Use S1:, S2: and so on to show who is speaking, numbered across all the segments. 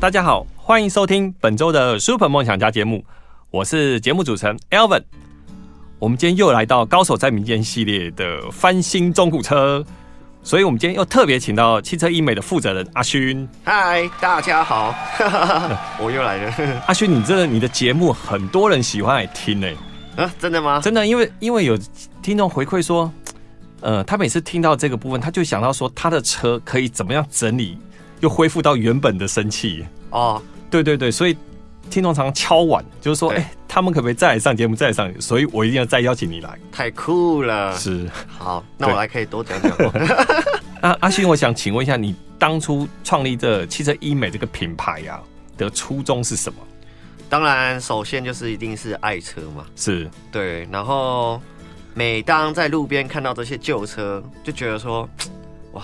S1: 大家好，欢迎收听本周的 Super 梦想家节目，我是节目主持人 Alvin。我们今天又来到高手在民间系列的翻新中古车，所以我们今天又特别请到汽车医美的负责人阿勋。
S2: 嗨，大家好， 我又来了
S1: 阿勋，你真的你的节目很多人喜欢来听呢、
S2: 啊！真的吗？
S1: 真的，因为因为有听众回馈说，呃，他每次听到这个部分，他就想到说他的车可以怎么样整理，又恢复到原本的生气。
S2: 哦，
S1: 对对对，所以听众常敲碗，就是说，哎、
S2: 对
S1: 他们可不可以再来上节目，再来上？所以我一定要再邀请你来。
S2: 太酷了！
S1: 是
S2: 好，那
S1: 对
S2: 我来可以多讲讲 吗。
S1: 啊，阿勋，我想请问一下，你当初创立这汽车医美这个品牌呀、的初衷是什么？
S2: 当然，首先就是一定是爱车嘛，
S1: 是
S2: 对。然后，每当在路边看到这些旧车，就觉得说，哇，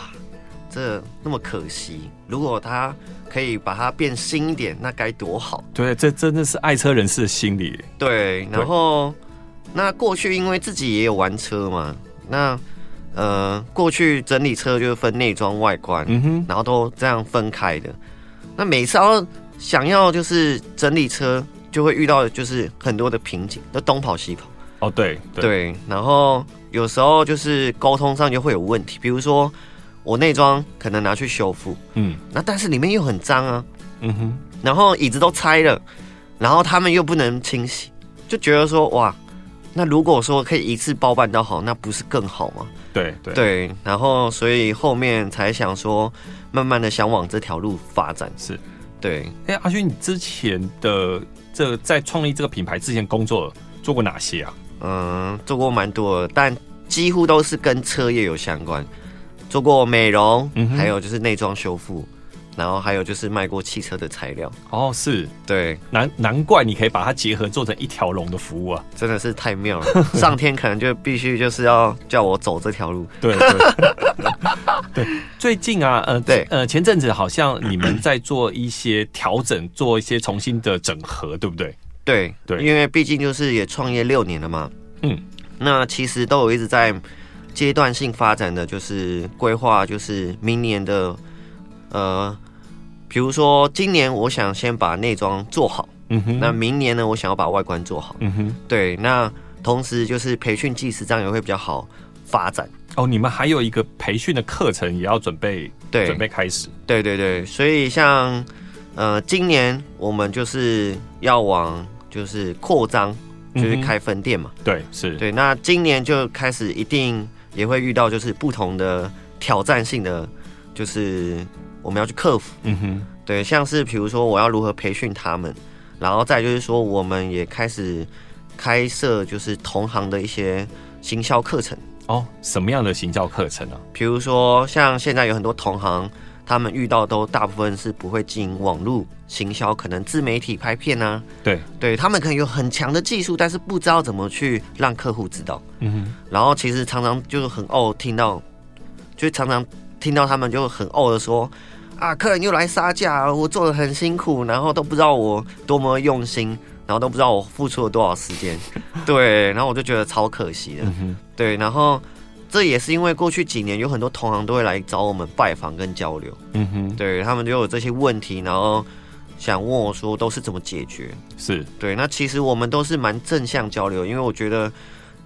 S2: 这那么可惜。如果它可以把它变新一点，那该多好。
S1: 对，这真的是爱车人士的心理。
S2: 对，然后那过去因为自己也有玩车嘛，那呃过去整理车就是分内装外观，
S1: 嗯哼，
S2: 然后都这样分开的。那每次要想要就是整理车，就会遇到就是很多的瓶颈，就东跑西跑。
S1: 哦，对
S2: 对，然后有时候就是沟通上就会有问题，比如说我内装可能拿去修复，
S1: 嗯
S2: 那但是里面又很脏啊，
S1: 嗯哼，
S2: 然后椅子都拆了，然后他们又不能清洗，就觉得说哇，那如果说可以一次包办到好，那不是更好吗？
S1: 对对
S2: 对，然后所以后面才想说，慢慢的想往这条路发展。
S1: 是，
S2: 对，
S1: 哎、阿勋，你之前的这在创立这个品牌之前工作做过哪些啊？
S2: 嗯，做过蛮多的，但几乎都是跟车业有相关，做过美容，
S1: 嗯哼
S2: 还有就是内装修复，然后还有就是卖过汽车的材料。
S1: 哦，是
S2: 对，
S1: 难难怪你可以把它结合做成一条龙的服务啊！
S2: 真的是太妙了，上天可能就必须就是要叫我走这条路。
S1: 对对 对，最近啊，呃，
S2: 对
S1: 呃，前阵子好像你们在做一些调整，做一些重新的整合，对不对？
S2: 对
S1: 对
S2: 因为毕竟就是也创业六年了嘛，
S1: 嗯，
S2: 那其实都有一直在阶段性发展的，就是规划，就是明年的，呃，比如说今年我想先把内装做好，
S1: 嗯哼
S2: 那明年呢，我想要把外观做好，
S1: 嗯哼，
S2: 对，那同时就是培训技师，这样也会比较好发展，
S1: 哦，你们还有一个培训的课程也要准备，
S2: 对，
S1: 准备开始。
S2: 对对对，所以像呃，今年我们就是要往就是扩张，就是
S1: 嗯哼
S2: 开分店嘛。
S1: 对，是，
S2: 对，那今年就开始一定也会遇到就是不同的挑战性的，就是我们要去克服。
S1: 嗯哼，
S2: 对，像是比如说我要如何培训他们，然后再就是说我们也开始开设就是同行的一些行销课程。
S1: 哦，什么样的行教课程啊？
S2: 比如说，像现在有很多同行，他们遇到都大部分是不会进网络行销，可能自媒体拍片啊，
S1: 对，
S2: 对他们可能有很强的技术，但是不知道怎么去让客户知道。
S1: 嗯哼，
S2: 然后其实常常就是很哦，听到，就常常听到他们就很哦的说。啊，客人又来杀价，我做的很辛苦，然后都不知道我多么用心，然后都不知道我付出了多少时间， 对，然后我就觉得超可惜的。
S1: 嗯哼，
S2: 对，然后这也是因为过去几年有很多同行都会来找我们拜访跟交流，
S1: 嗯哼，
S2: 对他们就有这些问题，然后想问我说都是怎么解决。
S1: 是，
S2: 对，那其实我们都是蛮正向交流，因为我觉得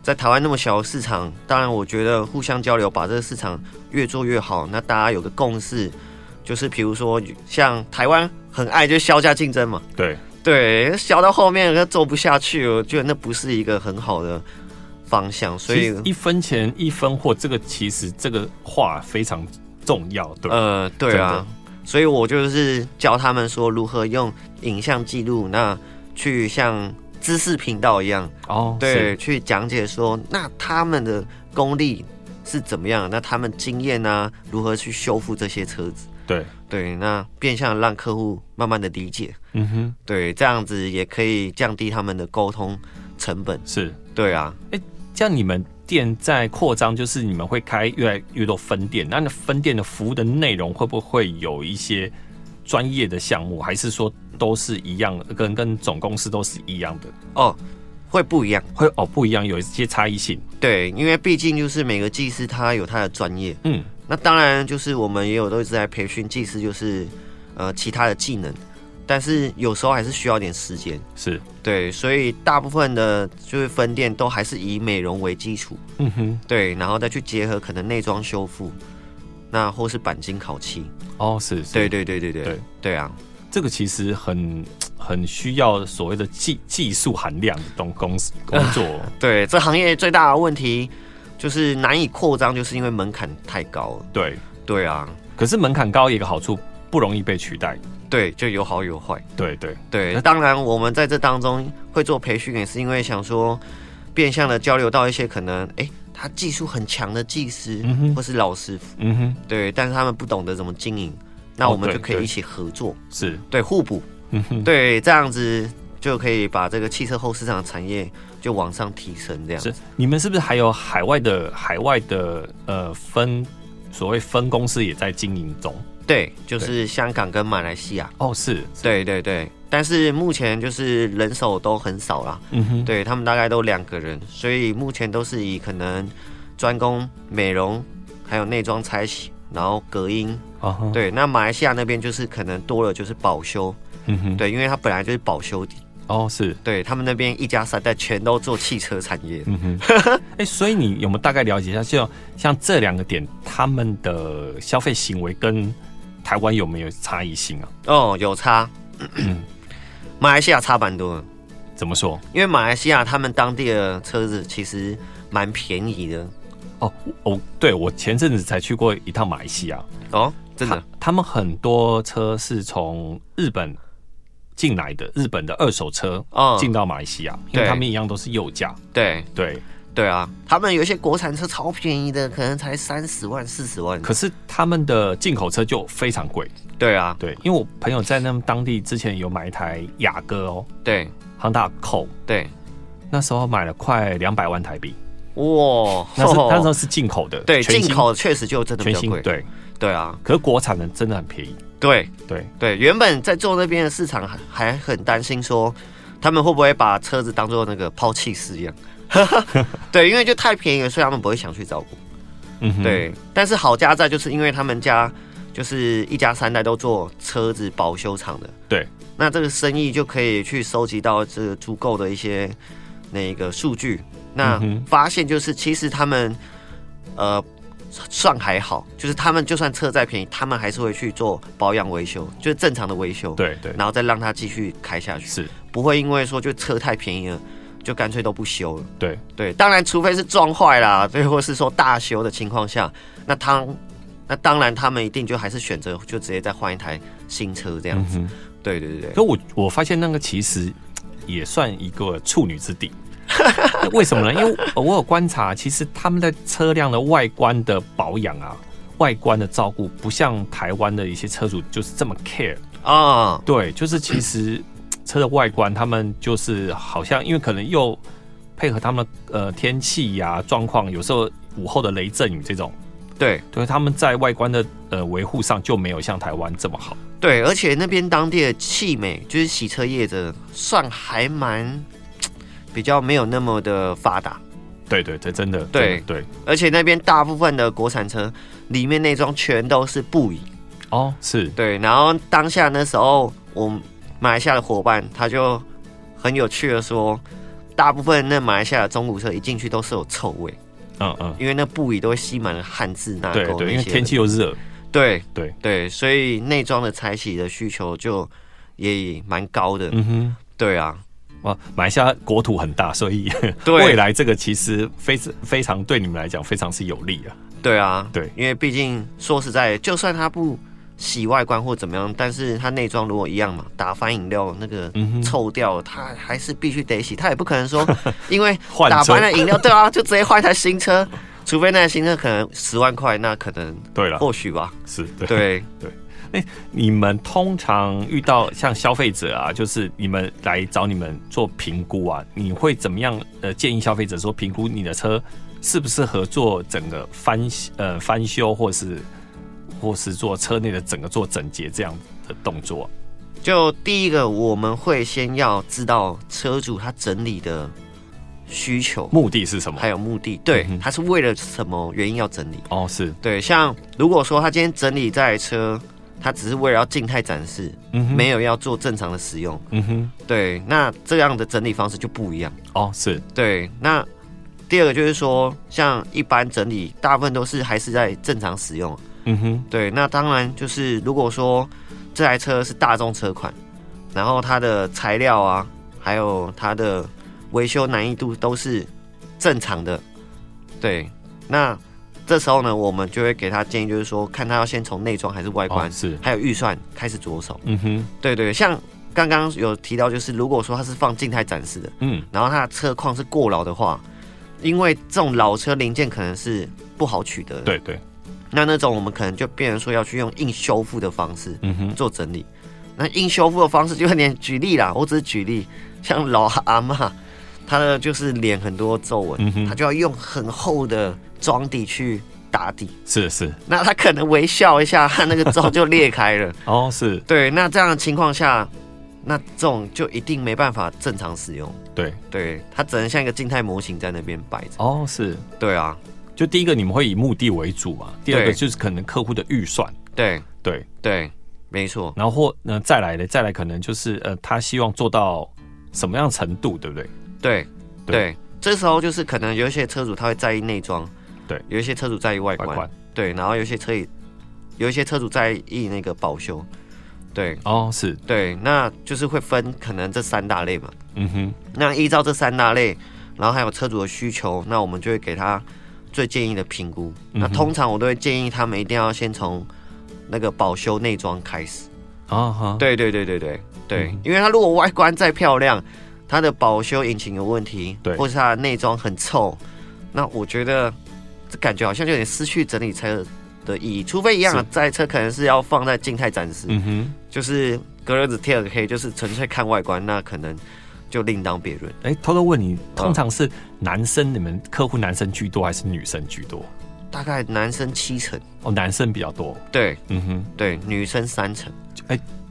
S2: 在台湾那么小的市场，当然我觉得互相交流，把这个市场越做越好，那大家有个共识，就是比如说像台湾很爱就是销价竞争嘛，
S1: 对，
S2: 对，销到后面那做不下去了，我觉得那不是一个很好的方向，所
S1: 其
S2: 以
S1: 实一分钱一分货，这个其实这个话非常重要，对吧？
S2: 呃，对啊，所以我就是教他们说如何用影像记录，那去像知识频道一样，
S1: 哦，
S2: 对，
S1: 是，
S2: 去讲解说那他们的功力是怎么样，那他们经验啊，如何去修复这些车子，
S1: 对，
S2: 对，那变相让客户慢慢的理解，
S1: 嗯哼，
S2: 对，这样子也可以降低他们的沟通成本，
S1: 是。
S2: 对啊，
S1: 这样你们店在扩张，就是你们会开越来越多分店，那你分店的服务的内容会不会有一些专业的项目，还是说都是一样的，跟跟总公司都是一样的？
S2: 哦，会不一样。
S1: 会哦不一样，有一些差异性。
S2: 对，因为毕竟就是每个技师他有他的专业，
S1: 嗯，
S2: 那当然就是我们也有都一直在培训技师，就是呃其他的技能，但是有时候还是需要点时间。
S1: 是，
S2: 对，所以大部分的就是分店都还是以美容为基础，
S1: 嗯哼，
S2: 对，然后再去结合可能内装修复，那或是钣金烤漆。
S1: 哦是，是
S2: 对，对对对对
S1: 对
S2: 对啊，
S1: 这个其实很很需要所谓的技技术含量的东工工作。
S2: 对这行业最大的问题就是难以扩张，就是因为门槛太高了。
S1: 对，
S2: 对啊，
S1: 可是门槛高有一个好处，不容易被取代。
S2: 对，就有好有坏。
S1: 对对，
S2: 对，当然我们在这当中会做培训，也是因为想说变相的交流到一些可能，哎、他技术很强的技师、
S1: 嗯哼
S2: 或是老师傅，
S1: 嗯哼，
S2: 对，但是他们不懂得怎么经营，那
S1: 哦
S2: 我们
S1: 对
S2: 就可以
S1: 对
S2: 一起合作，
S1: 是，
S2: 对，互补，
S1: 嗯哼，
S2: 对，这样子就可以把这个汽车后市场产业就往上提升，这样。
S1: 是你们是不是还有海外的海外的呃分所谓分公司也在经营中？
S2: 对，就是香港跟马来西亚，
S1: 哦，是，
S2: 对对对，但是目前就是人手都很少啦，
S1: 嗯哼，
S2: 对他们大概都两个人，所以目前都是以可能专攻美容，还有内装拆洗，然后隔音。
S1: 啊哈，
S2: 对，那马来西亚那边就是可能多了就是保修，
S1: 嗯哼，
S2: 对，因为它本来就是保修底，
S1: 哦是，
S2: 对他们那边一家三代全都做汽车产业。
S1: 嗯哼，哎、所以你有没有大概了解一下，就像这两个点，他们的消费行为跟台湾有没有差异性啊？
S2: 哦，有差，
S1: 嗯
S2: 马来西亚差蛮多的，
S1: 怎么说？
S2: 因为马来西亚他们当地的车子其实蛮便宜的
S1: 哦，哦，对我前阵子才去过一趟马来西亚，
S2: 哦，真的
S1: 他他们很多车是从日本进来的，日本的二手车，
S2: 哦，
S1: 进到马来西亚，因为
S2: 对
S1: 他们一样都是右驾。
S2: 对
S1: 对，
S2: 对啊，他们有一些国产车超便宜的，可能才三十万、四十万。
S1: 可是他们的进口车就非常贵。
S2: 对啊，
S1: 对，因为我朋友在那当地之前有买一台雅阁哦，
S2: 对
S1: 航大扣，
S2: 对，
S1: 那时候买了快两百万台币，
S2: 哇，
S1: 那是、
S2: 哦
S1: 那时候是进口的，
S2: 对
S1: 全新
S2: 进口确实就真的比
S1: 全
S2: 较
S1: 新
S2: 贵，
S1: 对，
S2: 对啊，
S1: 可是国产的真的很便宜。
S2: 对
S1: 对，
S2: 对，原本在做那边的市场还还很担心说。他们会不会把车子当做那个抛弃式一样？ 对，因为就太便宜了，所以他们不会想去照顾。
S1: 嗯哼，
S2: 对，但是好家在就是因为他们家就是一家三代都做车子保修厂的，
S1: 对，
S2: 那这个生意就可以去收集到这个足够的一些那个数据，那
S1: 嗯哼
S2: 发现就是其实他们呃算还好，就是他们就算车再便宜，他们还是会去做保养维修，就是正常的维修，，
S1: 对对
S2: 然后再让它继续开下去，
S1: 是，
S2: 不会因为说就车太便宜了。就干脆都不修了。
S1: 对
S2: 对，当然，除非是撞坏啦，对，或是说大修的情况下，那他那当然他们一定就还是选择就直接再换一台新车这样
S1: 嗯
S2: 子。
S1: 哼。
S2: 对对对对，
S1: 可我我发现那个其实也算一个处女之地， 为什么呢？因为我有观察，其实他们在车辆的外观的保养啊、外观的照顾，不像台湾的一些车主就是这么 care。
S2: 啊、
S1: 对，就是其实车的外观，他们就是好像因为可能又配合他们的呃天气呀、状况，有时候午后的雷阵雨这种，
S2: 对
S1: 对他们在外观的呃维护上就没有像台湾这么好。
S2: 对，而且那边当地的汽美就是洗车业者，算还蛮比较没有那么的发达，
S1: 对对对，真的，
S2: 对
S1: 真的对，
S2: 而且那边大部分的国产车里面内装全都是布椅。
S1: 哦，是，
S2: 对，然后当下那时候，我马来西亚的伙伴他就很有趣的说，大部分那马来西亚的中古车一进去都是有臭味，
S1: 嗯嗯。
S2: 因为那布椅都会吸满了汗渍、纳
S1: 对
S2: 垢
S1: 对，因
S2: 那
S1: 为
S2: 些的。
S1: 天气又热，
S2: 对
S1: 对
S2: 对，所以内装的拆洗的需求就也蛮高的。
S1: 嗯哼，
S2: 对啊，
S1: 哇，马来西亚国土很大，所以 未
S2: 对
S1: 来这个其实非非常对你们来讲非常是有利啊。
S2: 对啊，
S1: 对
S2: 因为毕竟说实在，就算他不洗外观或怎么样，但是它内装如果一样嘛，打翻饮料那个
S1: 嗯哼
S2: 臭掉了，它还是必须得洗，它也不可 能说因为
S1: 换
S2: 打
S1: 车
S2: 翻了饮料，对啊，就直接换一台新车，除非那台新车可能十万块，那可能
S1: 对啊了，
S2: 或许吧，
S1: 是对。
S2: 哦对。
S1: 你们通常遇到像消费者啊，就是你们来找你们做评估啊，你会怎么样？呃，建议消费者说评估你的车适不适合做整个翻呃翻修，或是或是做车内的整个做整洁这样的动作。
S2: 就第一个，我们会先要知道车主他整理的需求，
S1: 目的是什么
S2: 还？有目的，对
S1: 嗯哼，
S2: 他是为了什么原因要整理？
S1: 哦，是，
S2: 对，像如果说他今天整理这台车，他只是为了要静态展示，
S1: 嗯哼
S2: 没有要做正常的使用，
S1: 嗯哼，
S2: 对，那这样的整理方式就不一样。
S1: 哦，是，
S2: 对，那第二个就是说，像一般整理，大部分都是还是在正常使用，
S1: 嗯哼，
S2: 对，那当然就是如果说这台车是大众车款，然后它的材料啊，还有它的维修难易度都是正常的，对，那这时候呢，我们就会给他建议，就是说看他要先从内装还是外观，
S1: 哦，是，
S2: 还有预算开始着手。
S1: 嗯哼，
S2: 对对，像刚刚有提到，就是如果说它是放静态展示的，
S1: 嗯，
S2: 然后它的车况是过劳的话，因为这种老车零件可能是不好取得的，
S1: 对对，
S2: 那那种我们可能就变成说要去用硬修复的方式
S1: 嗯哼，
S2: 做整理。那硬修复的方式就有点举例啦，我只是举例，像老阿嬷，她的就是脸很多皱纹，
S1: 嗯
S2: 她
S1: 哼，
S2: 就要用很厚的妆底去打底。
S1: 是是，
S2: 那她可能微笑一下，她那个妆就裂开 了。
S1: 哦，是，
S2: 对，那这样的情况下，那这种就一定没办法正常使用。
S1: 对，
S2: 对，它只能像一个静态模型在那边摆着。
S1: 哦，是，
S2: 对啊，
S1: 就第一个你们会以目的为主嘛，第二个
S2: 对
S1: 就是可能客户的预算，
S2: 对
S1: 对，
S2: 对，没错。
S1: 然后或呃再来的再来可能就是呃他希望做到什么样程度，对不对？
S2: 对
S1: 对
S2: 对，这时候就是可能有一些车主他会在意内装，
S1: 对
S2: 有一些车主在意外
S1: 外
S2: 观，
S1: 观
S2: 对，然后有一些车也有一些车主在意那个保修，对
S1: 哦是，
S2: 对，那就是会分可能这三大类嘛。
S1: 嗯哼，
S2: 那依照这三大类，然后还有车主的需求，那我们就会给他最建议的评估。
S1: 嗯哼
S2: 那通常我都会建议他们一定要先从那个保修内装开始。
S1: 啊哈，
S2: 对对对对对对，
S1: 嗯
S2: 因为它如果外观再漂亮，它的保修引擎有问题，
S1: 对
S2: 或是它的内装很臭，那我觉得这感觉好像就有点失去整理车的意义。除非一样
S1: 是
S2: 啊，这台车可能是要放在静态展示，
S1: 嗯哼，
S2: 就是隔热纸贴了黑，就是纯粹看外观，那可能就另当别论。
S1: 哎，偷偷问你，通常是男生你们客户男生居多还是女生居多？
S2: 大概男生七成，
S1: 哦，男生比较多，
S2: 对
S1: 嗯哼，
S2: 对，女生三 成，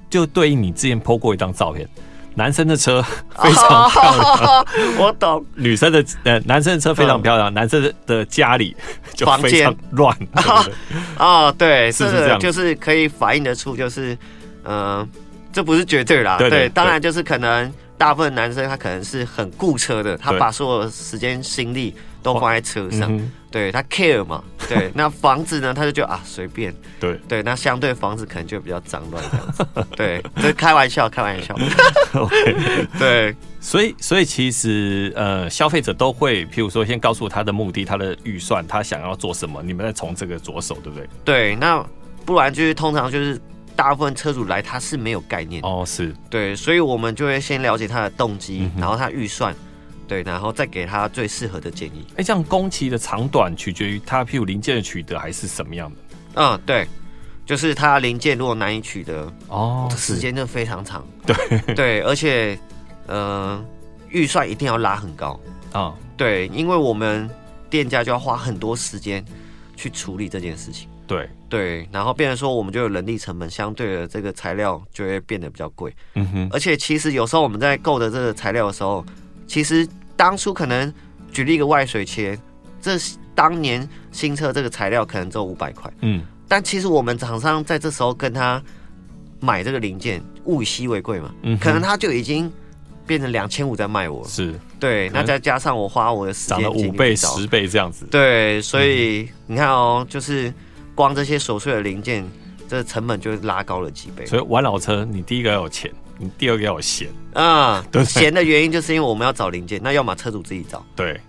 S1: 就对应你之前 PO 过一张照片，男生的车非常漂亮，
S2: 我懂。
S1: 女生的呃男生的车非常漂亮，男生的的家 里就
S2: 房
S1: 非常
S2: 间
S1: 乱，对不对
S2: 啊、对，
S1: 是
S2: 这
S1: 不是这
S2: 个
S1: 样子
S2: 就是可以反映得出，就是，呃，这不是绝对啦，
S1: 对对对
S2: 当然就是可能大部分男生他可能是很顾车的，他
S1: 对
S2: 把所有时间心力都放在车
S1: 嗯
S2: 上，
S1: 哼
S2: 对他 care 嘛， 对，那房子呢，他就觉得啊随便，
S1: 对。
S2: 对，那相对房子可能就比较脏乱这样子， 对，这开玩笑，开玩 笑，对
S1: 所以，所以其实呃，消费者都会，譬如说，先告诉他的目的、他的预算、他想要做什么，你们再从这个着手，对不对？
S2: 对，那不然就是通常就是大部分车主来他是没有概念的。
S1: 哦，是，
S2: 对，所以我们就会先了解他的动机
S1: 嗯，哼
S2: 然后他预算，对，然后再给他最适合的建议。
S1: 哎，这样工期的长短取决于他譬如零件的取得还是什么样的。
S2: 嗯，对，就是他零件如果难以取得，
S1: 哦
S2: 这时，间就非常长。对 对，而且，呃，预算一定要拉很高。
S1: 是啊，
S2: 对，因为我们店家就要花很多时间去处理这件事情。
S1: 对，
S2: 对，然后变成说我们就有人力成本，相对的这个材料就会变得比较贵。
S1: 嗯哼，
S2: 而且其实有时候我们在购的这个材料的时候，其实当初可能举例一个外水切，这当年新车这个材料可能只有五百块，
S1: 嗯，
S2: 但其实我们厂商在这时候跟他买这个零件，物以稀为贵嘛，
S1: 嗯哼
S2: 可能他就已经变成两千五在卖我了，
S1: 是
S2: 对，
S1: 可能
S2: 那再加上我花我的时
S1: 涨
S2: 间
S1: 了
S2: 精
S1: 五
S2: 力
S1: 倍、
S2: 去找
S1: 十倍这样子。
S2: 对，所以你看哦，就是光这些琐碎的零件，这成本就拉高了几倍。
S1: 所以玩老车，你第一个要有钱，你第二个要有闲，
S2: 啊
S1: 对，
S2: 闲的原因就是因为我们要找零件，那要么车主自己找。
S1: 对，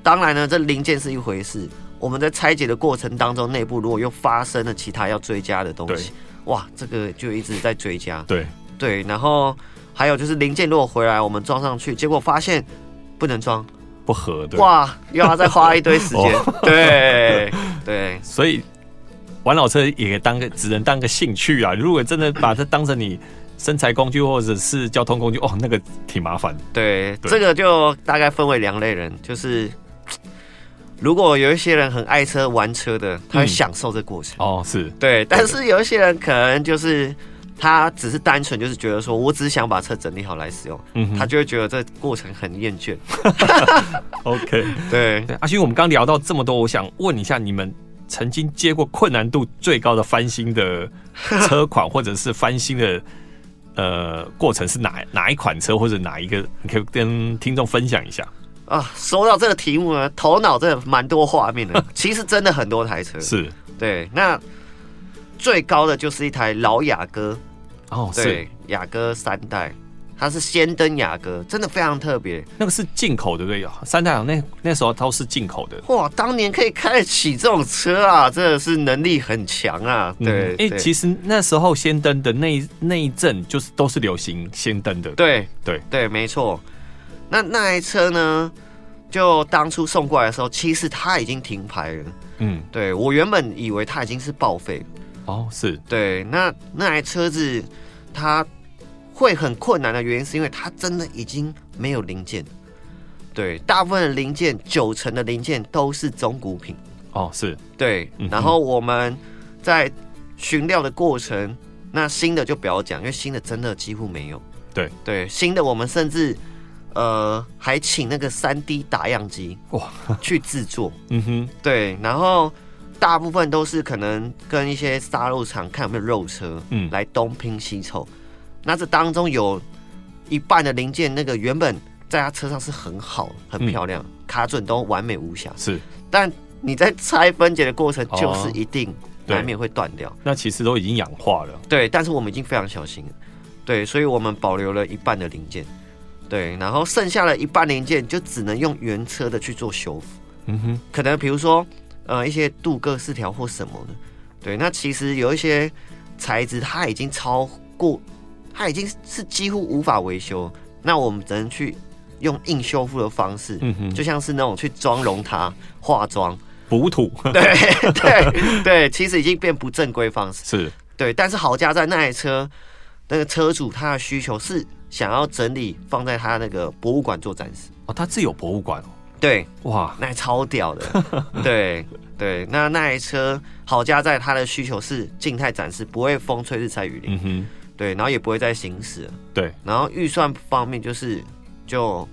S2: 当然呢，这零件是一回事，我们在拆解的过程当中，内部如果又发生了其他要追加的东西，哇，这个就一直在追加。
S1: 对
S2: 对，然后还有就是零件如果回来，我们装上去，结果发现不能装，
S1: 不合对。哦
S2: 哇，又要再花一堆时 间。对对
S1: 所以玩老车也当个只能当个兴趣啊。如果真的把它当成你身材工具或者是交通工具，哦，那个挺麻烦。
S2: 对，
S1: 对
S2: 这个就大概分为两类人，就是如果有一些人很爱车、玩车的，他会
S1: 嗯
S2: 享受这过程。
S1: 哦，是
S2: 对，但是有一些人可能就是他只是单纯就是觉得说，我只是想把车整理好来使用，
S1: 嗯
S2: 他
S1: 哼
S2: 就会觉得这过程很厌倦。
S1: ，OK。
S2: 对，
S1: 对，阿勋，我们刚聊到这么多，我想问一下，你们曾经接过困难度最高的翻新的车款，或者是翻新的呃过程是哪哪一款车，或者哪一个？你可以跟听众分享一下。
S2: 啊，说到这个题目呢，头脑真的蛮多画面的。其实真的很多台车，
S1: 是
S2: 对。那最高的就是一台老雅阁，
S1: 哦，是
S2: 对，雅阁三代，它是先登雅阁，真的非常特别。
S1: 那个是进口的对不对？三大洋那那时候都是进口的。
S2: 哇，当年可以开得起这种车啊，真的是能力很强啊。对，
S1: 哎、
S2: 对
S1: 其实那时候先登的那一那一阵就是都是流行先登的，
S2: 对
S1: 对
S2: 对，没错。那那台车呢，就当初送过来的时候，其实它已经停牌了。
S1: 嗯，
S2: 对我原本以为它已经是报废了
S1: 哦，是
S2: 对，那那台车子它会很困难的原因，是因为它真的已经没有零件。对，大部分的零件，九成的零件都是中古品。
S1: 哦，是
S2: 对
S1: 嗯哼，
S2: 然后我们在寻料的过程，那新的就不要讲，因为新的真的几乎没有。
S1: 对
S2: 对，新的我们甚至呃还请那个三 D 打样机
S1: 哇
S2: 去制作。
S1: 嗯哼，
S2: 对，然后大部分都是可能跟一些杀肉厂看有没有肉车，
S1: 嗯
S2: 来东拼西凑。那这当中有一半的零件，那个原本在他车上是很好、
S1: 嗯
S2: 很漂亮，卡准都完美无瑕，
S1: 是，
S2: 但你在拆分解的过程，
S1: 哦
S2: 就是一定
S1: 对
S2: 难免会断掉。
S1: 那其实都已经氧化了，
S2: 对，但是我们已经非常小心了，对，所以我们保留了一半的零件。对，然后剩下的一半零件就只能用原车的去做修复。
S1: 嗯哼，
S2: 可能比如说呃一些镀铬饰条或什么的，对，那其实有一些材质它已经超过，它已经是几乎无法维修，那我们只能去用硬修复的方式，
S1: 嗯哼，
S2: 就像是那种去妆容它、化妆，
S1: 补土
S2: 对对对，其实已经变不正规方 式，
S1: 是
S2: 对，但是好家在那台车，那个车主他的需求是想要整理放在他那个博物馆做展示，
S1: 哦，它自有博物馆哦，
S2: 对，
S1: 哇，
S2: 那超 屌的，对对，那那台车好家在它的需求是静态展示，不会风吹日晒雨淋，
S1: 嗯哼，
S2: 对，然后也不会再行驶了，
S1: 对，
S2: 然后预算方面就是就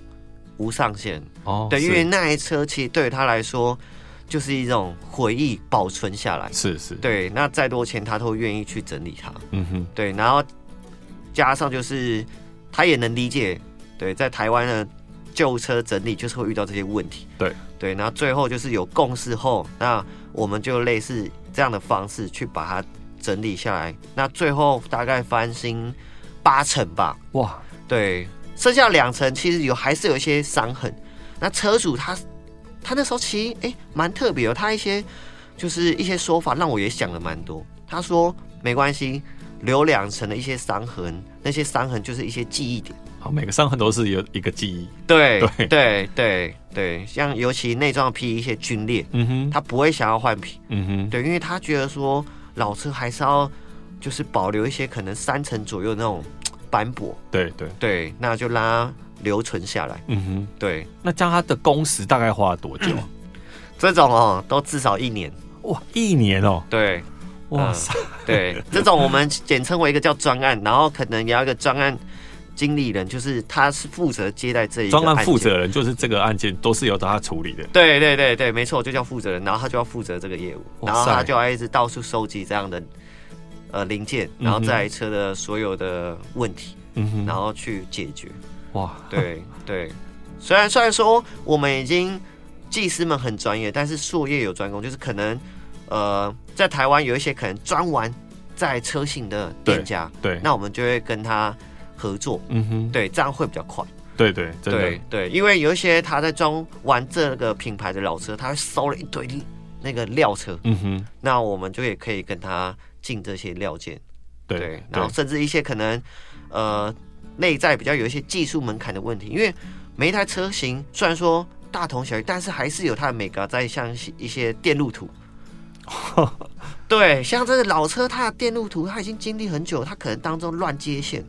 S2: 无上限，
S1: 哦，
S2: 对，
S1: 是
S2: 因为那台车其实对于他来说就是一种回忆，保存下来，
S1: 是是，
S2: 对，那再多钱他都愿意去整理它，
S1: 嗯哼，
S2: 对，然后加上就是他也能理解，对，在台湾的旧车整理就是会遇到这些问题，
S1: 对
S2: 对，然后最后就是有共识后，那我们就类似这样的方式去把它整理下来，那最后大概翻新八成吧，
S1: 哇，
S2: 对，剩下两成其实有还是有一些伤痕，那车主他他那时候其实哎蛮特别哦，他一些就是一些说法让我也想了蛮多。他说没关系，留两层的一些伤痕，那些伤痕就是一些记忆点。
S1: 好，每个伤痕都是有一个记忆，
S2: 对
S1: 对
S2: 对对对，像尤其内装皮一些皲裂，
S1: 嗯哼，
S2: 他不会想要换皮，
S1: 嗯哼，
S2: 对，因为他觉得说老车还是要就是保留一些可能三层左右那种嘖斑驳，
S1: 对对，
S2: 对，那就让它留存下来。
S1: 嗯哼，
S2: 对，
S1: 那这样它的工时大概花了多 久啊？
S2: 这种哦都至少一年。
S1: 哇，一年哦，
S2: 对，嗯
S1: 哇塞，
S2: 对，这种我们简称为一个叫专案，然后可能也要一个专案经理人，就是他是负责接待这一个
S1: 专案负
S2: 案件。
S1: 责人就是这个案件都是由他处理的，
S2: 对对对对，没错，就叫负责人，然后他就要负责这个业务，
S1: 哇
S2: 然后他
S1: 塞
S2: 就要一直到处收集这样的呃零件，然后这台车的所有的问题，
S1: 嗯哼，
S2: 然后去解 决。
S1: 哇，
S2: 对对，虽然虽然说我们已经技师们很专业，但是术业有专攻，就是可能呃在台湾有一些可能专玩在车型的店家，
S1: 对，
S2: 那我们就会跟他合作，
S1: 嗯哼，
S2: 对，这样会比较快。
S1: 对对，真
S2: 对
S1: 的，
S2: 对，因为有一些他在装玩这个品牌的老车，他会收了一堆那个料车，
S1: 嗯哼，
S2: 那我们就也可以跟他进这些料件，
S1: 对
S2: 对，然后甚至一些可能呃内在比较有一些技术门槛的问题，因为每一台车型虽然说大同小异，但是还是有它的美感在，像一些电 路图。对，像这个老车，它的电路图它已经经历很久，它可能当中乱接线。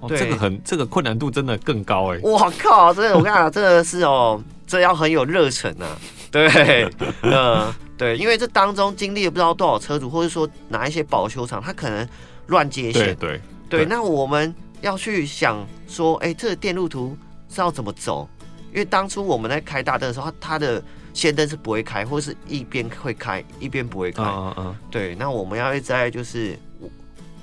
S1: 哦
S2: 对
S1: 这个很这个困难度真的更高哎、
S2: 我靠，这个我跟你讲，这个是哦，这要很有热忱啊。对，呃，对，因为这当中经历了不知道多少车主，或者说哪一些保修厂，他可能乱接
S1: 对。
S2: 线
S1: 对
S2: 对，
S1: 对
S2: 那我们要去想说，哎、这个电路图是要怎么走？因为当初我们在开大灯的时候，它它的线灯是不会开，或是一边会开一边不会开。
S1: 嗯嗯嗯，
S2: 对，那我们要一直在就是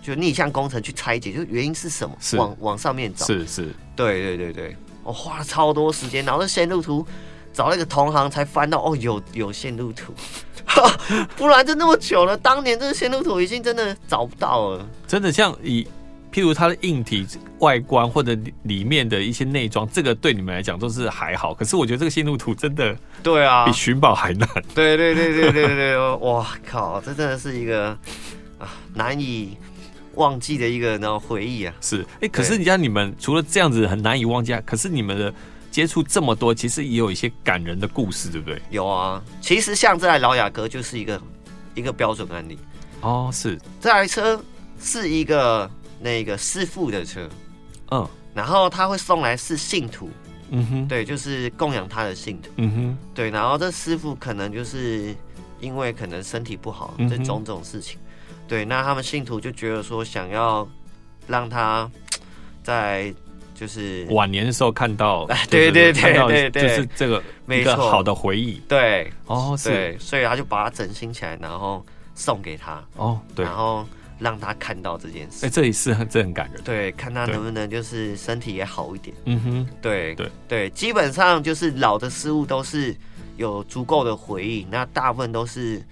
S2: 就逆向工程去拆解，就原因是什么，
S1: 是
S2: 往往上面找。
S1: 是是，
S2: 对对对对，我、花了超多时间，然后这线路图找了一个同行才翻到，哦，有有线路图， 不然就那么久了，当年这个线路图已经真的找不到了。
S1: 真的像以譬如它的硬体外观或者里里面的一些内装，这个对你们来讲都是还好，可是我觉得这个线路图真的
S2: 对啊
S1: 比寻宝还难。
S2: 对对对对对对对， 哇靠，这真的是一个啊难以忘记的一个然后回忆啊。
S1: 是，哎、可是你像你们除了这样子很难以忘记啊，可是你们的接触这么多，其实也有一些感人的故事，对不对？
S2: 有啊，其实像这台老雅阁就是一个一个标准案例，
S1: 哦，是，
S2: 这台车是一个那个师傅的车，
S1: 嗯
S2: 然后他会送来是信徒，
S1: 嗯哼，
S2: 对，就是供养他的信徒，
S1: 嗯哼，
S2: 对，然后这师傅可能就是因为可能身体不好，
S1: 嗯
S2: 这
S1: 哼
S2: 种种事情，对，那他们信徒就觉得说想要让他在就是
S1: 晚年的时候看到，
S2: 哎
S1: 就是
S2: 对对对
S1: 看到
S2: 对对
S1: 就是这个
S2: 没
S1: 一个
S2: 错
S1: 好的回忆。
S2: 对
S1: 哦，是，
S2: 对，所以他就把它整形起来，然后送给他，
S1: 哦，对，
S2: 然
S1: 哎、
S2: 后让他看到这件事，
S1: 这也是很这很感人。
S2: 对，看他
S1: 对
S2: 能不能就是身体也好一点，
S1: 嗯哼，
S2: 对
S1: 对
S2: 对，基本上就是老的事物都是有足够的回忆，那大部分都是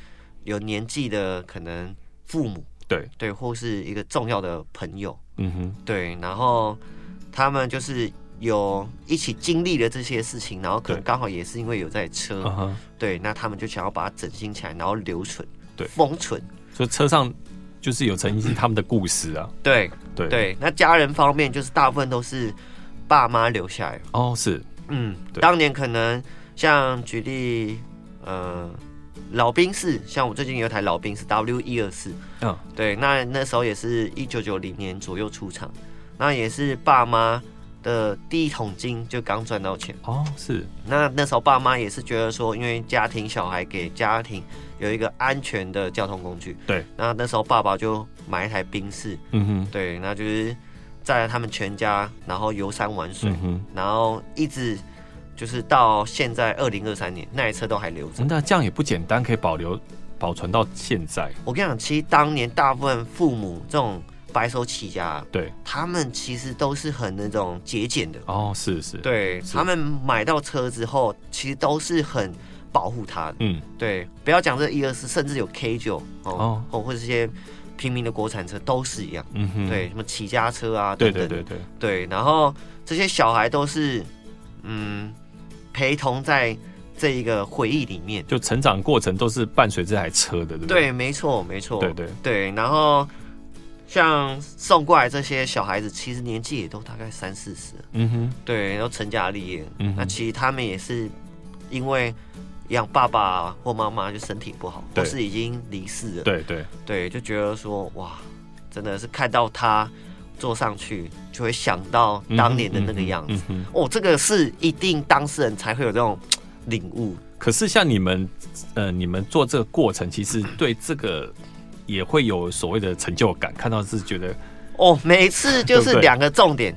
S2: 有年纪的可能父母，
S1: 对
S2: 对，或是一个重要的朋友，
S1: 嗯哼，
S2: 对，然后他们就是。有一起经历了这些事情，然后可能
S1: 对
S2: 刚好也是因为有在车，
S1: 嗯哼，
S2: 对，那他们就想要把它整形起来，然后留存，
S1: 对
S2: 封存，
S1: 所以车上就是有曾经是他们的故事啊。
S2: 对
S1: 对，
S2: 对。那家人方面，就是大部分都是爸妈留下来，
S1: 哦，是，
S2: 嗯，
S1: 对
S2: 当年可能像举例，呃，老兵士，像我最近有一台老兵是 W 一二四，
S1: 嗯，
S2: 对，那那时候也是一九九零年左右出厂，那也是爸妈的第一桶金就刚赚到钱。
S1: 哦，是，
S2: 那那时候爸妈也是觉得说，因为家庭小孩给家庭有一个安全的交通工具。
S1: 对。
S2: 那那时候爸爸就买一台宾士，
S1: 嗯哼，
S2: 对，那就是载了他们全家，然后游山玩水，
S1: 嗯哼，
S2: 然后一直就是到现在二零二三年，那台车都还留着。
S1: 那这样也不简单，可以保留保存到现在。
S2: 我跟你讲，其实当年大部分父母这种白手起家，
S1: 对，
S2: 他们其实都是很那种节俭的。
S1: 哦，是是，，
S2: 对
S1: 是
S2: 他们买到车之后，其实都是很保护它的。
S1: 嗯，
S2: 对，不要讲这一二四，甚至有 K 九哦
S1: 哦，
S2: 或或者这些平民的国产车都是一样。
S1: 嗯哼，
S2: 对，什么起家车啊，
S1: 对
S2: 等
S1: 对
S2: 等
S1: 对对，
S2: 对然后这些小孩都是嗯陪同在这一个回忆里面。
S1: 就成长过程都是伴随这台车的，对不对？
S2: 对，没错，没错，
S1: 对对，
S2: 对然后像送过来这些小孩子，其实年纪也都大概三四十了，
S1: 嗯哼，
S2: 对，然后成家立业，
S1: 嗯
S2: 那
S1: 哼，
S2: 其实他们也是因为养爸爸或妈妈就身体不好，或
S1: 对
S2: 是已经离世了。
S1: 对对，
S2: 对，就觉得说哇，真的是看到他坐上去，就会想到
S1: 嗯哼
S2: 当年的那个样子。
S1: 嗯哼嗯哼
S2: 哦，这个是一定当事人才会有这种领悟。
S1: 可是像你们，呃，你们做这个过程，其实对这个也会有所谓的成就感，看到是觉得
S2: 哦，每次就
S1: 对
S2: 是
S1: 不对
S2: 两个重点，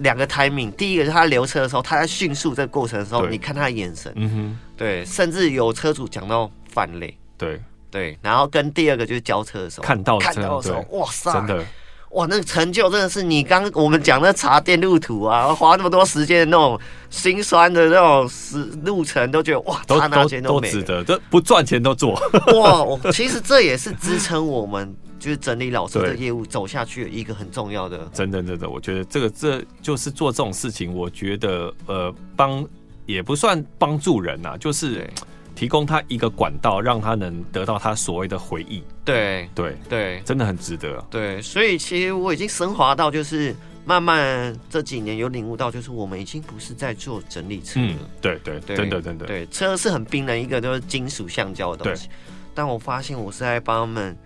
S2: 两个 timing。第一个是他留车的时候，他在迅速这个过程的时候，
S1: 对
S2: 你看他的眼神，
S1: 嗯哼，
S2: 对，甚至有车主讲到泛泪。
S1: 对，
S2: 对，然后跟第二个就是交车的时候，
S1: 看到
S2: 看
S1: 这
S2: 到
S1: 样
S2: 的时候，
S1: 对
S2: 哇塞，
S1: 真的，
S2: 哇，那个成就真的是你刚我们讲的查电路图啊，花那么多时间的那种心酸的那种时路程，都觉得哇，
S1: 都
S2: 刹那
S1: 都
S2: 间都没
S1: 值
S2: 了。
S1: 得，这不赚钱都做，
S2: 哇，我其实这也是支撑我们就是整理老师的
S1: 对
S2: 业务走下去的一个很重要的。
S1: 真的真的，我觉得这个这就是做这种事情，我觉得呃帮也不算帮助人呐、就是
S2: 对
S1: 提供他一个管道，让他能得到他所谓的回忆。
S2: 对
S1: 对，
S2: 对
S1: 真的很值得啊。
S2: 对，所以其实我已经升华到，就是慢慢这几年有领悟到，就是我们已经不是在做整理车了。
S1: 嗯，对对，
S2: 对
S1: 真的真的，
S2: 对，车是很冰冷一个，就是金属橡胶的东西。但我发现我是在帮他们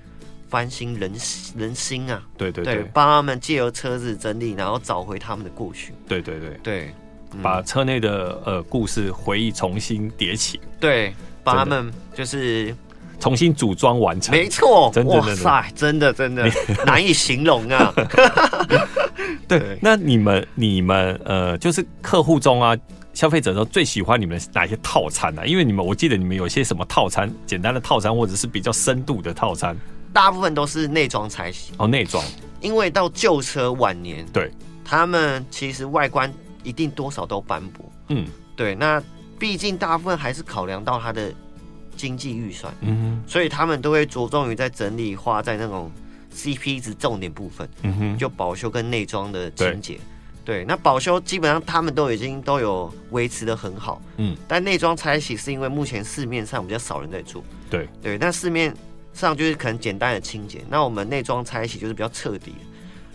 S2: 翻新人人心啊，
S1: 对对
S2: 对
S1: 对，
S2: 帮他们借由车子整理，然后找回他们的过去。
S1: 对对对，
S2: 对，嗯
S1: 把车内的呃故事回忆重新叠起，
S2: 对帮他们就是
S1: 重新组装完成。
S2: 没错，
S1: 真的
S2: 哇塞，真的 真的难以形容啊。
S1: 对
S2: 对，
S1: 那你们你们呃，就是客户中啊，消费者中最喜欢你们哪些套餐呢、啊？因为你们我记得你们有些什么套餐，简单的套餐或者是比较深度的套餐
S2: 大部分都是内装才行，
S1: 哦，内装
S2: 因为到旧车晚年，
S1: 对，
S2: 他们其实外观一定多少都斑驳。
S1: 嗯
S2: 对，那毕竟大部分还是考量到他的经济预算，
S1: 嗯
S2: 所以他们都会着重于在整理花在那种 CP 值重点部分，
S1: 哼嗯哼，
S2: 就保修跟内装的情节。对，那保修基本上他们都已经都有维持的很好，
S1: 嗯，
S2: 但内装拆洗是因为目前市面上比较少人在做，
S1: 对
S2: 对，那市面上就是可能简单的清洁，那我们内装拆洗就是比较彻底的，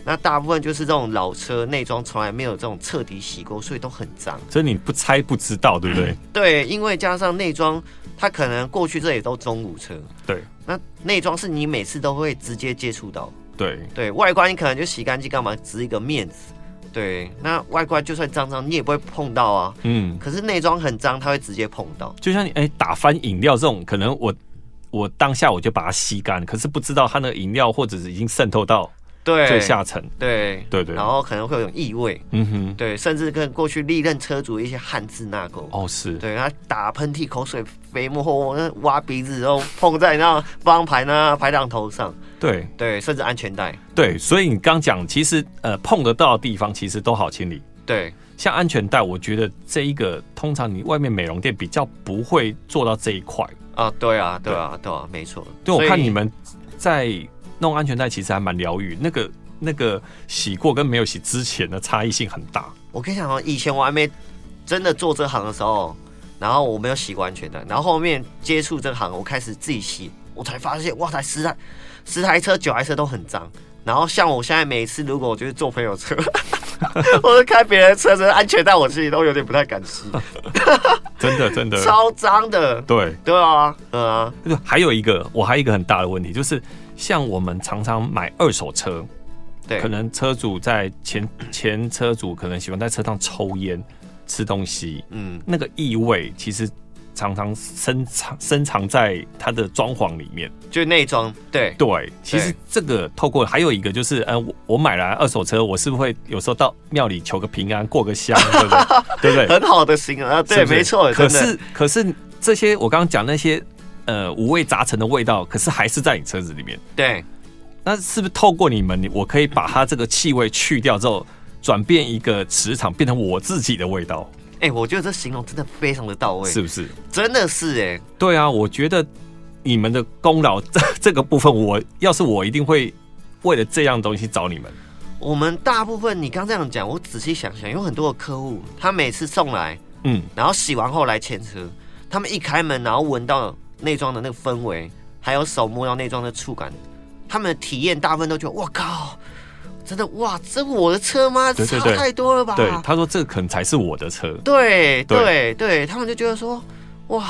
S2: 那大部分就是这种老车内装从来没有这种彻底洗过，所以都很脏。
S1: 所以你不猜不知道，对不对？
S2: 对，因为加上内装，它可能过去这里都中古车，
S1: 对
S2: 那内装是你每次都会直接接触到，
S1: 对，
S2: 对外观你可能就洗干净干嘛，只是一个面子。对，那外观就算脏脏，你也不会碰到啊。
S1: 嗯，
S2: 可是内装很脏，它会直接碰到。
S1: 就像你哎、打翻饮料这种，可能我我当下我就把它吸干，可是不知道它那个饮料或者是已经渗透到
S2: 对，
S1: 最下层，
S2: 对，
S1: 对对，
S2: 然后可能会有种异味，
S1: 嗯哼，
S2: 对，甚至跟过去历任车主的一些汗渍纳垢。
S1: 哦是，
S2: 对，他打喷嚏、口水飞沫或那挖鼻子，然后碰在那方向盘啊、排挡头上，
S1: 对
S2: 对，甚至安全带，
S1: 对，所以你刚讲，其实呃碰得到的地方其实都好清理。
S2: 对，
S1: 像安全带，我觉得这一个通常你外面美容店比较不会做到这一块。
S2: 啊，对啊，对啊，对啊，没错。
S1: 对，我
S2: 所以
S1: 看你们在弄安全带，其实还蛮疗愈。那个那个洗过跟没有洗之前的差异性很大。
S2: 我跟你讲哦，以前我还没真的做这行的时候，然后我没有洗过安全带，然后后面接触这行，我开始自己洗，我才发现，哇塞，十台十台车九台车都很脏。然后像我现在每次如果我就是坐朋友车， 或者开别人的车子，安全带我自己都有点不太敢洗，
S1: 真的，真的。
S2: 超脏的。
S1: 对
S2: 对啊，嗯啊，
S1: 对，还有一个，我还有一个很大的问题，就是像我们常常买二手车，
S2: 对，
S1: 可能车主在前前车主可能喜欢在车上抽烟、吃东西，
S2: 嗯，
S1: 那个异味其实常常深藏深藏在它的装潢里面。
S2: 就内装，对，
S1: 对，其实这个透过还有一个就是，呃，我我买了二手车，我是不是会有时候到庙里求个平安，过个香，对不对？对不对？
S2: 很好的形容啊，对，
S1: 是不是
S2: 没错，
S1: 可
S2: 真的，
S1: 是可是这些我刚刚讲那些呃五味杂陈的味道，可是还是在你车子里面。
S2: 对，
S1: 那是不是透过你们，你我可以把它这个气味去掉之后，转变一个磁场，变成我自己的味道，
S2: 哎，我觉得这形容真的非常的到位，
S1: 是不是？
S2: 真的是哎、
S1: 对啊，我觉得你们的功劳这这个部分我，要是我一定会为了这样东西找你们。
S2: 我们大部分你刚这样讲，我仔细想想，有很多的客户，他每次送来，
S1: 嗯，
S2: 然后洗完后来牵车，他们一开门，然后闻到内装的那个氛围，还有手摸到内装的触感，他们的体验大部分都觉得，我靠，真的哇，这我的车吗？
S1: 对对
S2: 差
S1: 对
S2: 太多了吧？
S1: 对，他说这可能才是我的车。
S2: 对
S1: 对
S2: 对对他们就觉得说，哇，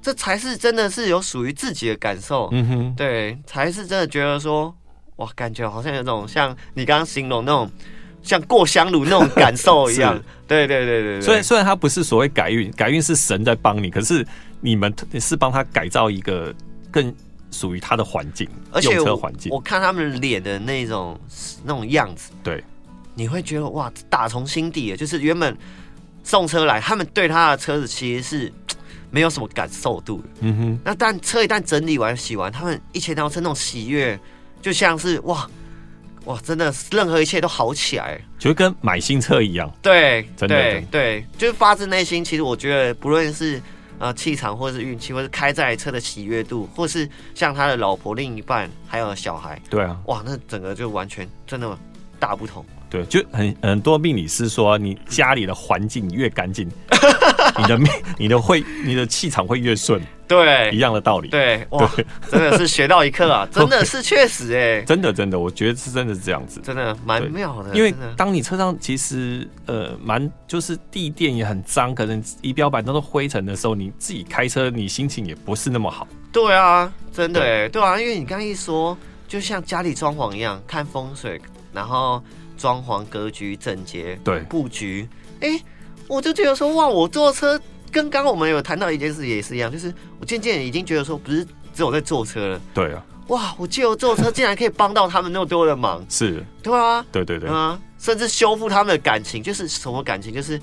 S2: 这才是真的是有属于自己的感受，
S1: 嗯哼，
S2: 对，才是真的觉得说，哇，感觉好像有种像你刚刚形容那种像过香炉那种感 受一样
S1: 是。
S2: 对对对对对，
S1: 虽然虽然他不是所谓改运，改运是神在帮你，可是你们是帮他改造一个更属于他的环境，
S2: 而且
S1: 用车
S2: 我
S1: 环境
S2: 我。看他们脸的那种那种样子，
S1: 对，
S2: 你会觉得哇，打从心底的，就是原本送车来，他们对他的车子其实是没有什么感受度的。
S1: 嗯哼，
S2: 那但车一旦整理完、洗完，他们一切当车那种喜悦，就像是哇哇，真的任何一切都好起来了。
S1: 就跟买新车一样。
S2: 对，
S1: 真的
S2: 对
S1: 真的
S2: 对，就是发自内心。其实我觉得，不论是呃气场，或是运气，或是开这台车的喜悦度，或是像他的老婆、另一半，还有小孩，
S1: 对啊，
S2: 哇，那整个就完全真的大不同。
S1: 对，就很很多命理师说，你 家里的环境越干净，你的命、你的会、你的气场会越顺。一
S2: 对
S1: 样的道理。
S2: 对，哇，真的是学到一课啊， 真的是确实哎、
S1: 真的真的，我觉得是真的是这样子。
S2: 真的蛮妙的，
S1: 因为
S2: 嗯真的
S1: 当你车上其实呃蛮就是地垫也很脏，可能仪表板都是灰尘的时候，你自己开车你心情也不是那么好。
S2: 对啊，真的哎，对啊，因为你刚刚一说，就像家里装潢一样，看风水，然后装潢格局整洁，
S1: 对
S2: 布局，哎，我就觉得说哇，我坐车跟刚刚我们有谈到一件事也是一样，就是我渐渐已经觉得说不是只有在坐车了，
S1: 对啊，
S2: 哇，我借由坐车竟然可以帮到他们那么多的忙，
S1: 是，
S2: 对啊，
S1: 对对对，
S2: 啊，甚至修复他们的感情，就是什么感情，就是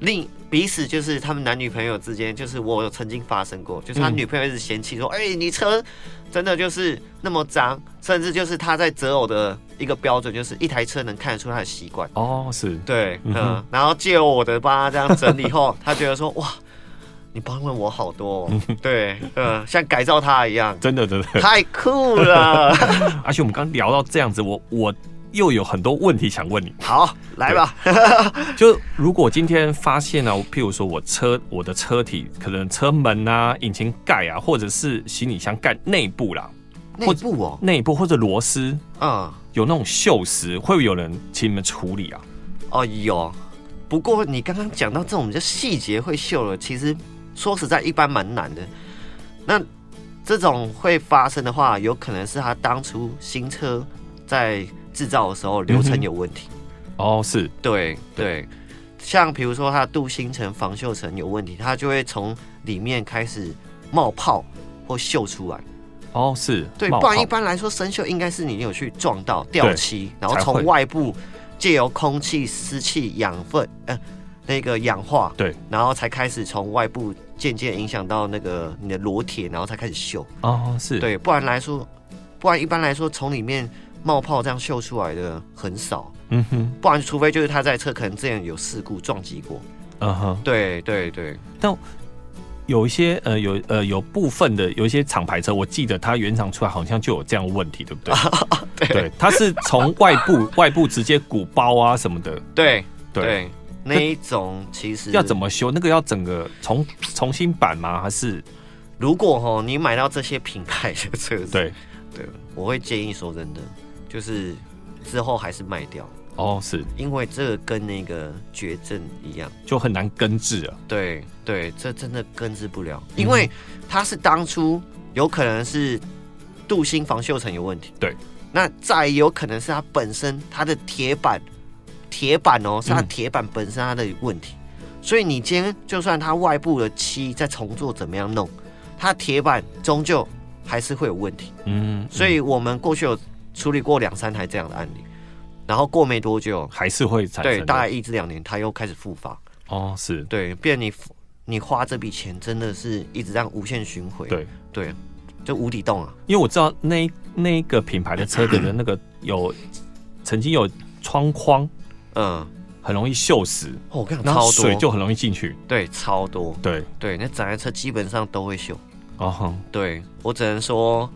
S2: 另彼此就是他们男女朋友之间，就是我有曾经发生过，就是他
S1: 嗯
S2: 女朋友一直嫌弃说，哎、你车真的就是那么脏，甚至就是他在择偶的一个标准，就是一台车能看得出他的习惯。
S1: 哦是，
S2: 对，
S1: 嗯
S2: 嗯，
S1: 哼
S2: 然后借由我的帮他这样整 理后，他觉得说，哇，你帮了我好多、哦，对，嗯，像改造他一样，
S1: 真的 真的。
S2: 太酷 了。
S1: 而且我们刚聊到这样子，我我又有很多问题想问你。
S2: 好，来吧，
S1: 就如果今天发现啊，我譬如说我车我的车体可能车门啊、引擎盖啊，或者是行李箱盖内部啦，
S2: 内部哦，
S1: 内部或者螺丝
S2: 嗯。
S1: 有那种锈蚀，会不会有人请你们处理啊？
S2: 哦，有。不过你刚刚讲到这种比较细节会秀了，其实说实在一般蛮难的。那这种会发生的话，有可能是他当初新车在制造的时候流
S1: 嗯
S2: 程有问题。
S1: 哦，是
S2: 对对，像比如说它的镀锌层、防锈层有问题，它就会从里面开始冒泡或锈出来。
S1: 哦是，
S2: 对，
S1: 冒
S2: 不然
S1: 泡
S2: 一般来说生锈应该是你有去撞到掉
S1: 对
S2: 漆，然后
S1: 才会
S2: 从外部借由空气、湿气、养分，呃，那个氧化，
S1: 对，
S2: 然后才开始从外部渐渐影响到那个你的裸铁，然后才开始锈。
S1: 哦是，
S2: 对，不然来说，不然一般来说从里面冒泡这样锈出来的很少，
S1: 嗯哼，
S2: 不然除非就是他在车可能之前有事故撞击过。
S1: 嗯哼，
S2: 对对对，
S1: 有一些呃有呃有部分的有一些厂牌车，我记得它原厂出来好像就有这样的问题，对不 对？对，它是从外部 外部直接鼓包啊什么的，
S2: 对
S1: 对。
S2: 对，那一种其实
S1: 要怎么修？那个要整个重重新版吗？还是
S2: 如果吼你买到这些品牌的车子，
S1: 对？
S2: 对，我会建议说真的，就是之后还是卖掉，
S1: 哦，是
S2: 因为这个跟那个绝症一样，
S1: 就很难根治啊。
S2: 对对，这真的根治不了，
S1: 嗯哼
S2: 因为它是当初有可能是镀锌防锈层有问题，
S1: 对，
S2: 那再有可能是它本身它的铁板，铁板哦，是它
S1: 嗯
S2: 铁板本身它的问题，所以你今天就算它外部的漆再重做怎么样弄，它铁板终究还是会有问题。
S1: 嗯，
S2: 所以我们过去有处理过两三台这样的案例，然后过没多久，
S1: 还是会产
S2: 对，
S1: 生的。
S2: 大概一至两年，它又开始复发，
S1: 哦，是
S2: 对，变你付你花这笔钱真的是一直这样无限循环，
S1: 对，
S2: 对，就无底洞啊，
S1: 因为我知道那那一个品牌的车子的那个有曾经有窗框
S2: 嗯，
S1: 很容易锈蚀，
S2: 哦，我跟你讲
S1: 然后
S2: 超
S1: 水就
S2: 多，
S1: 很容易进去。
S2: 对，超多，
S1: 对，
S2: 对，那展台车基本上都会修，
S1: 哦哼，
S2: 对我只能说，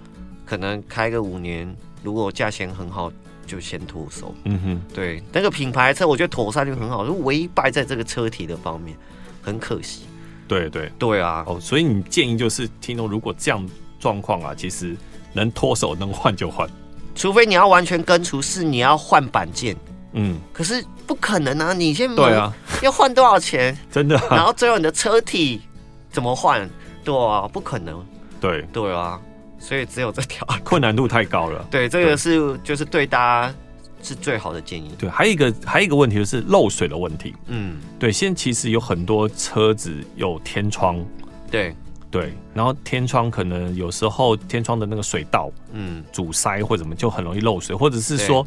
S2: 可能开个五年，如果价钱很好。就先脱手，
S1: 嗯哼，
S2: 对那个品牌车，我觉得妥善率很好，是唯一败在这个车体的方面，很可惜。
S1: 对对。
S2: 对啊，
S1: 哦，所以你建议就是听众如果这样状况啊，其实能脱手能换就换。
S2: 除非你要完全根除，是你要换板件，
S1: 嗯，
S2: 可是不可能啊！你先
S1: 对，啊，
S2: 要换多少钱？
S1: 真的、
S2: 然
S1: 啊，
S2: 后最后你的车体怎么换？对啊，不可能，
S1: 对，
S2: 对啊，所以只有这条。
S1: 困难度太高了。
S2: 对，这个是就是对大家是最好的建议。
S1: 对，还有一个还有一个问题就是漏水的问题。
S2: 嗯，
S1: 对，现在其实有很多车子有天窗，
S2: 对，
S1: 对，然后天窗可能有时候天窗的那个水道
S2: 嗯，
S1: 阻塞或什么，就很容易漏水，或者是说，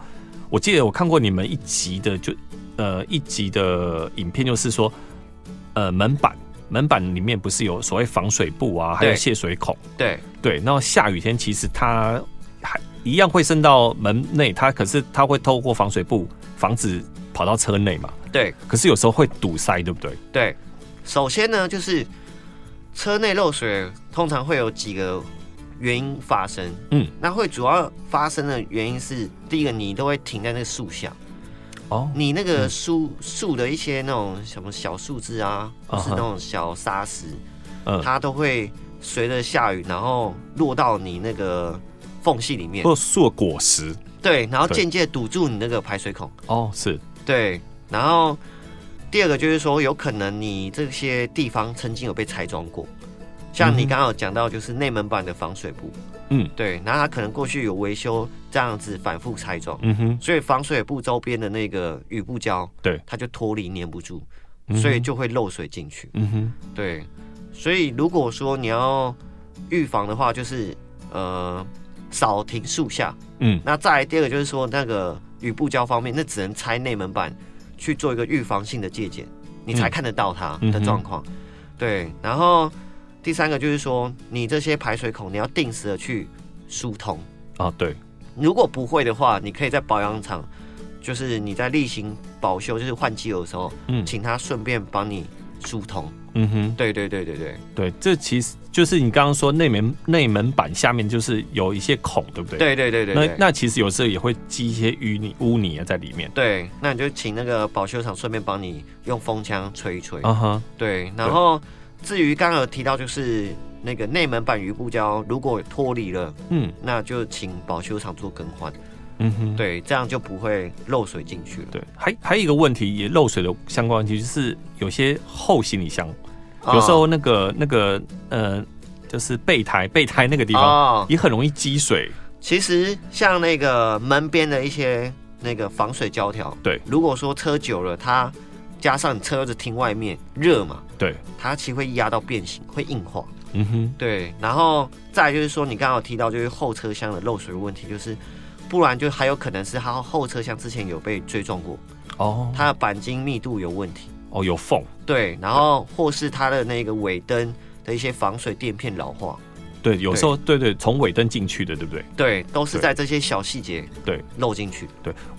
S1: 我记得我看过你们一集的就呃一集的影片，就是说，呃门板门板里面不是有所谓防水布啊，还有
S2: 对
S1: 泄水孔，
S2: 对，
S1: 对，那下雨天其实它还一样会渗到门内，它可是它会透过防水布防止跑到车内嘛，
S2: 对，
S1: 可是有时候会堵塞，对不对？
S2: 对。首先呢，就是车内漏水通常会有几个原因发生。
S1: 嗯，
S2: 那会主要发生的原因是，第一个你都会停在那个树下。
S1: 哦，
S2: 你那个树树的一些那种什么小树枝啊，
S1: 啊哈
S2: 或是那种小沙石，
S1: 嗯
S2: 它都会随着下雨，然后落到你那个缝隙里面，
S3: 或硕果实
S2: 对，然后
S3: 对
S2: 间接堵住你那个排水孔。
S1: 哦，是
S2: 对，然后第二个就是说，有可能你这些地方曾经有被拆装过，像你刚刚有讲到，就是内门板的防水布，
S1: 嗯，
S2: 对，那它可能过去有维修这样子反复拆装，
S1: 嗯哼，
S2: 所以防水布周边的那个雨布胶，
S3: 对，
S2: 它就脱离粘不住，
S1: 嗯哼
S2: 所以就会漏水进去。
S1: 嗯哼，
S2: 对，所以如果说你要预防的话，就是呃少停树下。
S1: 嗯，
S2: 那再来第二个就是说那个雨布胶方面，那只能拆内门板去做一个预防性的借鉴，你才看得到它
S1: 嗯
S2: 的状况。对，然后第三个就是说你这些排水孔你要定时的去疏通，
S1: 啊，对，
S2: 如果不会的话，你可以在保养厂。就是你在例行保修，就是换机油的时候，
S1: 嗯
S2: 请他顺便帮你疏通。
S1: 嗯哼，
S2: 对对对对对，
S1: 对，这其实就是你刚刚说内门内门板下面就是有一些孔，对不对？。
S2: 对对对对对，
S1: 那那其实有时候也会积一些淤泥污泥啊在里面。
S2: 对，那你就请那个保修厂顺便帮你用风枪吹一吹。
S1: 啊哈，
S2: 对，然后至于刚刚有提到，就是那个内门板鱼布胶如果脱离了，
S1: 嗯
S2: 那就请保修厂做更换。
S1: 嗯哼，
S2: 对，这样就不会漏水进去了。
S1: 对。还还有一个问题，也漏水的相关问题，就是有些后行李箱，
S2: 啊
S1: 有时候那个那个呃，就是备胎备胎那个地方、
S2: 哦，
S1: 也很容易积水。
S2: 其实像那个门边的一些那个防水胶条，
S1: 对，
S2: 如果说车久了，它加上你车子停外面热嘛，
S1: 对，
S2: 它其实会压到变形，会硬化。
S1: 嗯哼，
S2: 对，然后再来就是说，你刚刚有提到就是后车厢的漏水问题，就是不然就还有可能是它后车厢之前有被追撞过，
S1: 哦，
S2: 它的钣金密度有问题，
S1: 哦有缝，
S2: 对，然后或是它的那个尾灯的一些防水垫片老化，
S1: 对，有时候对对，从尾灯进去的，对不对？
S2: 对，都是
S1: 对
S2: 在这些小细节
S1: 对
S2: 漏进去，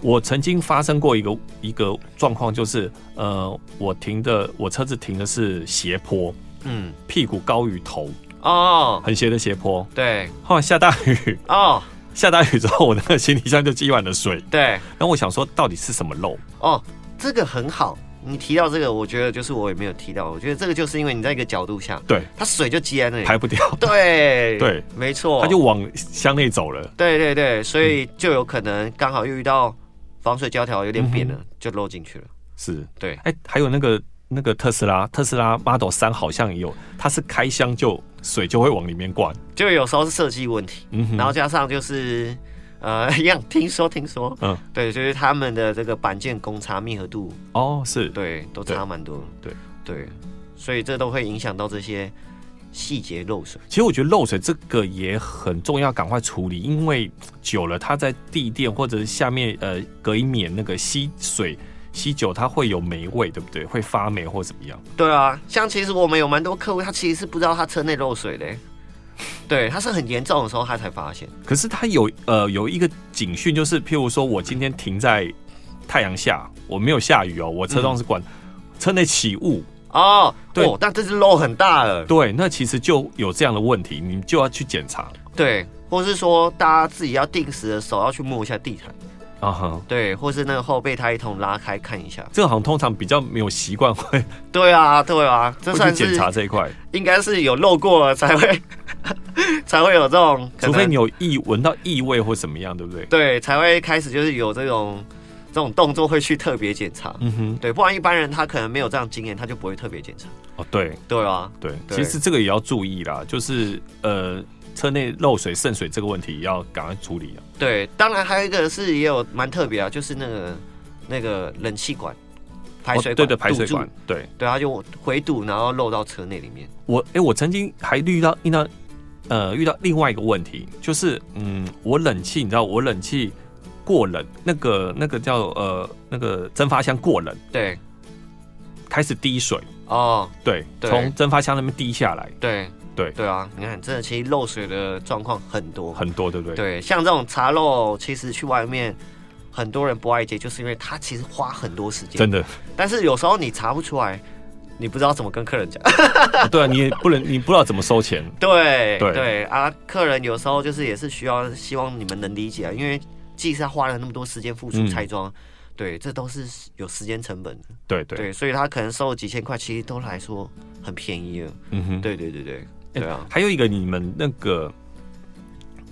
S1: 我曾经发生过一个一个状况，就是呃，我停的我车子停的是斜坡，
S2: 嗯，
S1: 屁股高于头，
S2: 哦，
S1: 很斜的斜坡。
S2: 对，
S1: 后来下大雨，
S2: 哦，
S1: 下大雨之后，我那个行李箱就积满了水。
S2: 对，
S1: 然后我想说，到底是什么漏？
S2: 哦，这个很好。你提到这个，我觉得就是我也没有提到，我觉得这个就是因为你在一个角度下，
S1: 对，
S2: 它水就积在那里，
S1: 排不掉，
S2: 对
S1: 对，
S2: 没错，
S1: 它就往箱内走了。
S2: 对对对，所以就有可能刚好又遇到防水胶条有点扁了，
S1: 嗯
S2: 就漏进去了。
S1: 是，
S2: 对
S1: 哎，还有那个那个特斯拉，特斯拉 Model 三好像也有，它是开箱就水就会往里面灌。
S2: 就有时候是设计问题，
S1: 嗯哼，
S2: 然后加上就是呃，一样听说听说，
S1: 嗯
S2: 嗯，对，就是他们的这个板件公差密合度，
S1: 哦，是，
S2: 对，都差蛮多。
S1: 对
S2: 对，所以这都会影响到这些细节漏水。
S1: 其实我觉得漏水这个也很重要，赶快处理，因为久了它在地垫或者是下面呃隔一免那个吸水吸久，它会有霉味，对不对？会发霉或怎么样？
S2: 对啊，像其实我们有蛮多客户，他其实是不知道他车内漏水的、对，他是很严重的时候他才发现。
S1: 可是它有呃有一个警讯，就是譬如说我今天停在太阳下，我没有下雨哦，我车窗是
S2: 嗯
S1: 关，车内起雾，
S2: 哦，
S1: 对
S2: 哦，但这只漏很大了。
S1: 对，那其实就有这样的问题，你就要去检查
S2: 对，或是说大家自己要定时的手要去摸一下地毯，
S1: 啊哈。
S2: 对，或是那个后备胎一桶拉开看一下。
S1: 这个好像通常比较没有习惯会
S2: 对啊，对啊，这
S1: 会
S2: 算
S1: 去检
S2: 是
S1: 查这一块，
S2: 应该是有漏过了才会 才会有这种，可
S1: 除
S2: 能
S1: 非你有异闻到异味或怎么样，对不对？
S2: 对才会开始就是有这种这种动作会去特别检查。
S1: 嗯哼，
S2: 对，不然一般人他可能没有这样经验，他就不会特别检查。
S1: 哦，对
S2: 对啊，
S1: 对，
S2: 对
S1: 其实这个也要注意啦，就是呃，车内漏水、渗水这个问题也要赶快处理啊。
S2: 对，当然还有一个是也有蛮特别啊，就是那个那个冷气管排水管、
S1: 哦对对，排水管
S2: 堵住，，
S1: 对
S2: 对，他就回堵，然后漏到车内里面。
S1: 我哎、我曾经还遇到遇到呃遇到另外一个问题，就是嗯，我冷气你知道，我冷气过冷，那个那个叫呃那个蒸发箱过冷，
S2: 对，
S1: 开始滴水，
S2: 哦，
S1: 对，
S2: 对
S1: 从蒸发箱那边滴下来
S2: 对，
S1: 对
S2: 对啊，你看，真的，其实漏水的状况很多，
S1: 很多，对不对？
S2: 对，像这种茶漏，其实去外面很多人不爱接，就是因为它其实花很多时间
S1: 真， 的，
S2: 但是有时候你查不出来，你不知道怎么跟客人 讲，
S1: 对啊，你也不能，你不知道怎么收钱，
S2: 对
S1: 对
S2: 啊，客人有时候就是也是需要，希望你们能理解啊，因为既是他花了那么多时间付出
S1: 嗯
S2: 拆装。对，这都是有时间成本的，
S1: 对对，
S2: 对，所以他可能收了几千块，其实都来说很便宜了。
S1: 嗯哼，
S2: 对对对对，对啊，
S1: 还有一个，你们那个，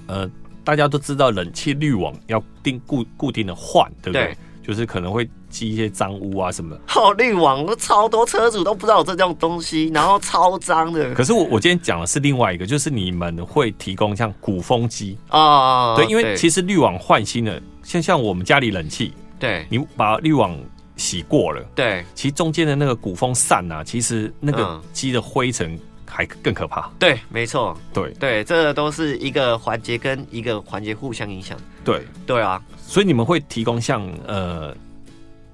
S1: 呃，大家都知道冷气滤网要定固固定的换，对不对？
S2: 对
S1: 就是可能会积一些脏污啊什么的。
S2: 好滤网，我超多车主都不知道有这种东西，然后超脏的
S1: 可是我我今天讲的是另外一个，就是你们会提供像鼓风机，
S2: 啊。
S1: 对，因为其
S2: 实
S1: 实滤网换新的，像像我们家里冷气，
S2: 对
S1: 你把滤网洗过了，
S2: 对
S1: 其实中间的那个鼓风扇啊，其实那个
S2: 嗯
S1: 积的灰尘还更可怕。
S2: 对，没错，
S1: 对
S2: 对，这都是一个环节跟一个环节互相影响。
S1: 对，
S2: 对啊，
S1: 所以你们会提供像呃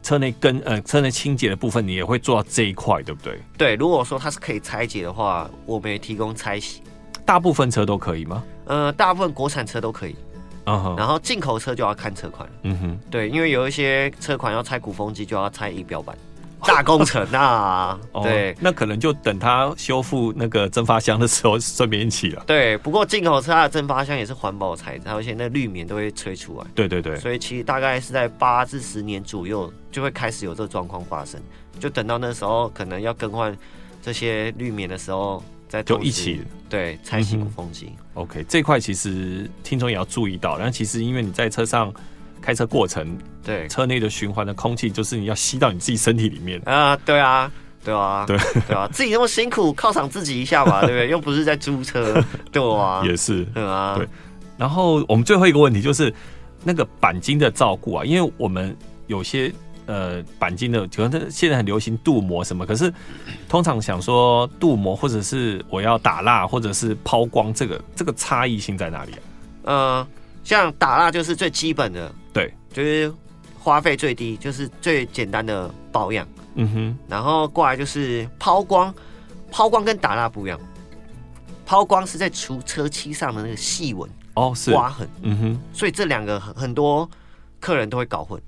S1: 车内跟呃车内清洁的部分，你也会做到这一块，对不对？
S2: 对，如果说它是可以拆解的话，我们也提供拆洗。
S1: 大部分车都可以吗？
S2: 呃，大部分国产车都可以，
S1: 嗯哼，
S2: 然后进口车就要看车款了。
S1: 嗯哼，
S2: 对，因为有一些车款要拆鼓风机，就要拆仪表板，大工程啊。
S1: 哦
S2: 对，
S1: 那可能就等它修复那个蒸发箱的时候顺便一起了。
S2: 对，不过进口车它的蒸发箱也是环保材质，而且那滤棉都会吹出来，
S1: 对对对，
S2: 所以其实大概是在八至十年左右就会开始有这个状况发生。就等到那时候可能要更换这些滤棉的时候，再
S1: 就
S2: 同
S1: 一
S2: 时
S1: 起。
S2: 对拆洗
S1: 嗯哼
S2: 鼓风机。
S1: OK，这块其实听众也要注意到。然后其实因为你在车上开车过程，
S2: 对
S1: 车内的循环的空气就是你要吸到你自己身体里面。
S2: 啊、对啊。对啊，
S1: 对
S2: 对啊，自己那么辛苦，犒赏自己一下 嘛，对不对？又不是在租车，对啊，
S1: 也是，
S2: 对啊，
S1: 对然后我们最后一个问题就是那个钣金的照顾啊，因为我们有些呃钣金的，可能现在很流行镀膜什么，可是通常想说镀膜或者是我要打蜡或者是抛光，这个这个差异性在哪里啊？
S2: 呃，像打蜡就是最基本的，
S1: 对，
S2: 就是花费最低，就是最简单的保养。
S1: 嗯哼，
S2: 然后过来就是抛光，抛光跟打蜡不一样，抛光是在除车漆上的那个细纹
S1: 哦是，
S2: 刮痕，
S1: 嗯哼，
S2: 所以这两个很很多客人都会搞混。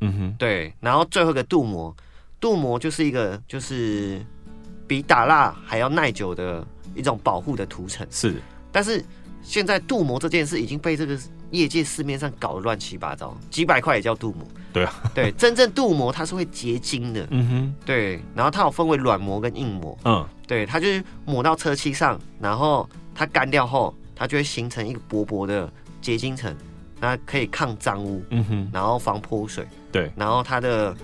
S1: 嗯哼，
S2: 对，然后最后一个镀膜，镀膜就是一个就是比打蜡还要耐久的一种保护的涂层。
S1: 是，
S2: 但是现在镀膜这件事已经被这个业界市面上搞得乱七八糟，几百块也叫镀膜。
S1: 对啊，
S2: 对，真正镀膜它是会结晶的，
S1: 嗯哼，
S2: 对，然后它有分为软膜跟硬膜，
S1: 嗯，
S2: 对，它就是抹到车漆上，然后它干掉后，它就会形成一个薄薄的结晶层，那可以抗脏污，
S1: 嗯哼，
S2: 然后防泼水，
S1: 对，
S2: 然后它的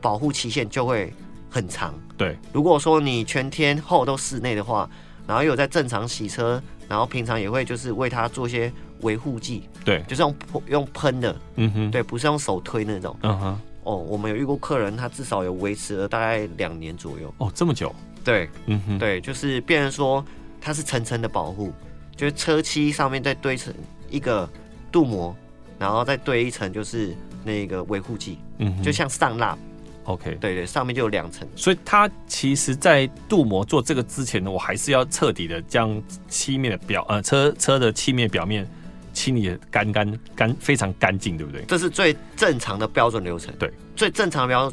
S2: 保护期限就会很长。
S1: 对，
S2: 如果说你全天候都室内的话，然后有在正常洗车，然后平常也会就是为它做一些维护剂，
S1: 对
S2: 就是用泼用喷的，
S1: 嗯哼，，
S2: 对，不是用手推那种。
S1: 嗯哼，
S2: 哦，我们有遇过客人，他至少有维持了大概两年左右。
S1: 哦这么久，
S2: 对
S1: 嗯哼，，
S2: 对，就是变成说它是层层的保护，就是车漆上面再堆成一个镀膜，然后再堆一层就是那个维护剂，
S1: 嗯哼，
S2: 就像上蜡，
S1: OK，
S2: 对对，上面就有两层。
S1: 所以它其实，在镀膜做这个之前呢，我还是要彻底的将漆面的表呃车车的漆面表面清理的干干干非常干净，对不对？
S2: 这是最正常的标准流程。
S1: 对，
S2: 最正常的标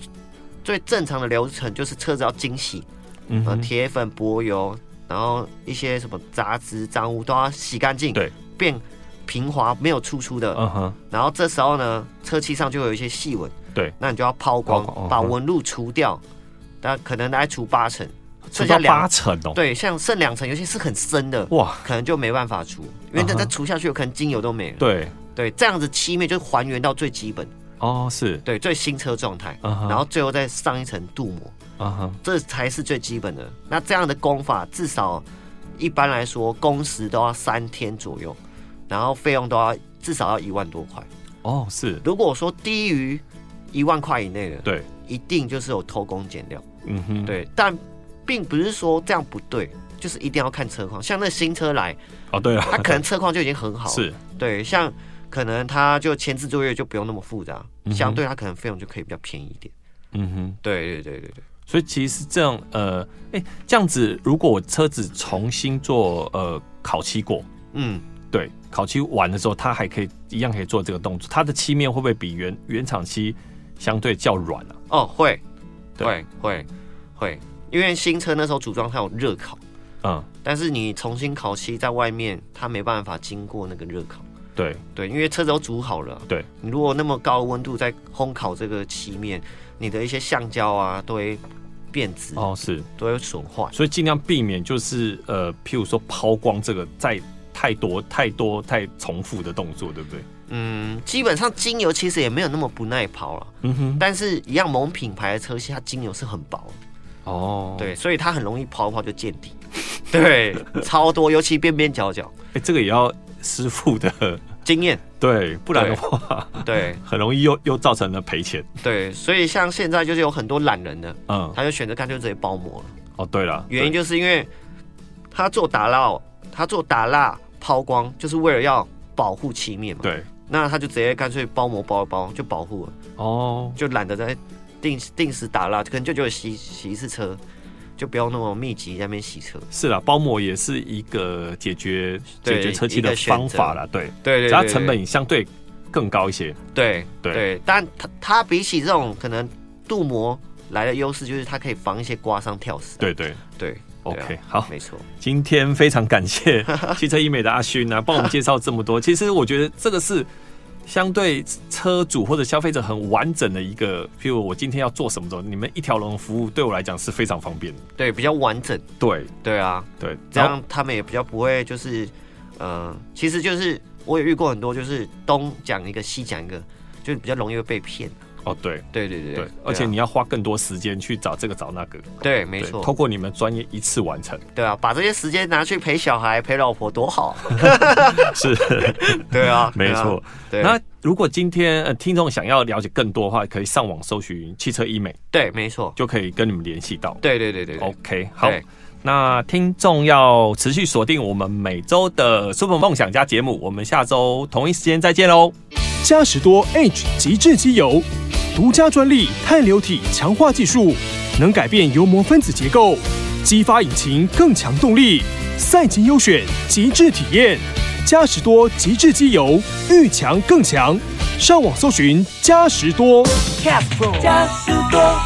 S2: 最正常的流程就是车子要清洗，
S1: 嗯
S2: 呃，
S1: 哼，
S2: 铁粉、柏油，然后一些什么杂质、脏污都要洗干净，
S1: 对，
S2: 变平滑没有出粗的。
S1: 嗯哼，
S2: 然后这时候呢，车漆上就会有一些细纹，
S1: 对，
S2: 那你就要抛光，
S1: 抛光嗯
S2: 把纹路除掉，那可能来除八成，
S1: 除
S2: 剩
S1: 到
S2: 下
S1: 八
S2: 两
S1: 成哦，，
S2: 对，像剩两层，有些是很深的，
S1: 哇，
S2: 可能就没办法除，因为
S1: 嗯
S2: 它
S1: 哼
S2: 它除下去，有可能精油都没了。
S1: 对，
S2: 对，这样子漆面就还原到最基本。
S1: 哦是，
S2: 对最新车状态，
S1: 嗯哼，
S2: 然后最后再上一层镀膜，
S1: 嗯哼，
S2: 这才是最基本的。那这样的工法至少一般来说工时都要三天左右，然后费用都要至少要一万多块。
S1: 哦是，
S2: 如果说低于一万块以内的，
S1: 对，
S2: 一定就是有偷工减料。
S1: 嗯哼，，
S2: 对，但并不是说这样不对，就是一定要看车况。像那新车来，
S1: 哦对了，
S2: 它可能车况就已经很好了，
S1: 是，
S2: 对，像可能它就前置作业就不用那么复杂，
S1: 嗯哼
S2: 相对它可能费用就可以比较便宜一点。
S1: 嗯哼，
S2: 对对对对对。
S1: 所以其实这样呃，哎这样子，如果我车子重新做呃烤漆过，
S2: 嗯，
S1: 对，烤漆完的时候，它还可以一样可以做这个动作。它的漆面会不会比原原厂漆相对较软啊？
S2: 哦，会，
S1: 对
S2: 会，会，会，因为新车那时候组装它有热烤，
S1: 嗯，
S2: 但是你重新烤漆在外面，它没办法经过那个热烤。
S1: 对，
S2: 对，因为车子都煮好了。
S1: 对，
S2: 你如果那么高的温度在烘烤这个漆面，你的一些橡胶啊，都会变质，
S1: 哦，是，
S2: 都会损坏。
S1: 所以尽量避免就是呃，譬如说抛光这个再太多太多太重复的动作，对不对？
S2: 嗯，基本上精油其实也没有那么不耐跑了，
S1: 嗯哼，
S2: 但是一样某品牌的车系它精油是很薄的，
S1: 哦，
S2: 对，所以它很容易跑一跑就见底， 对，超多，尤其边边角角，
S1: 哎，这个也要师傅的，
S2: 经验，
S1: 对，不然的话
S2: 对
S1: 很容易又又造成了赔钱。
S2: 对，所以像现在就是有很多懒人的，
S1: 嗯，
S2: 他就选择干脆直接包膜了，
S1: 哦，对了，
S2: 原因
S1: 对
S2: 就是因为他做打蜡，他做打蜡抛光就是为了要保护漆面嘛，
S1: 对
S2: 那他就直接干脆包膜包一包就保护了。
S1: 哦，
S2: 就懒得在定定时打蜡，可能就就洗洗一次车，就不要那么密集在那边洗车。
S1: 是啦，包膜也是一个解决
S2: 对
S1: 解决车漆
S2: 一
S1: 的
S2: 个选
S1: 方
S2: 择
S1: 法啦，对，
S2: 对对
S1: 只要成本相对更高一些，
S2: 对
S1: 对
S2: 对但它它比起这种可能镀膜来的优势，就是它可以防一些刮伤、跳死。
S1: 对对
S2: 对啊
S1: ，OK，好，
S2: 没错，
S1: 今天非常感谢 汽车医美的阿勋啊，帮我们介绍这么多。其实我觉得这个是相对车主或者消费者很完整的一个，譬如我今天要做什么的，你们一条龙的服务对我来讲是非常方便的。
S2: 对比较完整。
S1: 对
S2: 对啊，
S1: 对，
S2: 这
S1: 然后
S2: 样他们也比较不会就是，呃，其实就是我也遇过很多，就是东讲一个西讲一个，就是比较容易会被骗。
S1: 哦对
S2: 对对对
S1: 对
S2: 啊，
S1: 而且你要花更多时间去找这个找那个，
S2: 对没
S1: 对，
S2: 错，
S1: 通过你们专业一次完 成
S2: 对啊，把这些时间拿去陪小孩、陪老婆多好。
S1: 是
S2: 对啊，
S1: 没
S2: 对啊
S1: 错。
S2: 对，
S1: 那如果今天呃听众想要了解更多的话，可以上网搜寻汽车医美，
S2: 对，没错，
S1: 就可以跟你们联系到。
S2: 对对对对对
S1: OK，好
S2: 对。
S1: 那听众要持续锁定我们每周的 Super 梦想家节目，我们下周同一时间再见喽。
S3: 嘉实多 H 极致机油，独家专利碳流体强化技术，能改变油膜分子结构，激发引擎更强动力。赛级优选，极致体验。嘉实多极致机油，遇强更强。上网搜寻嘉实多。
S4: 加十多。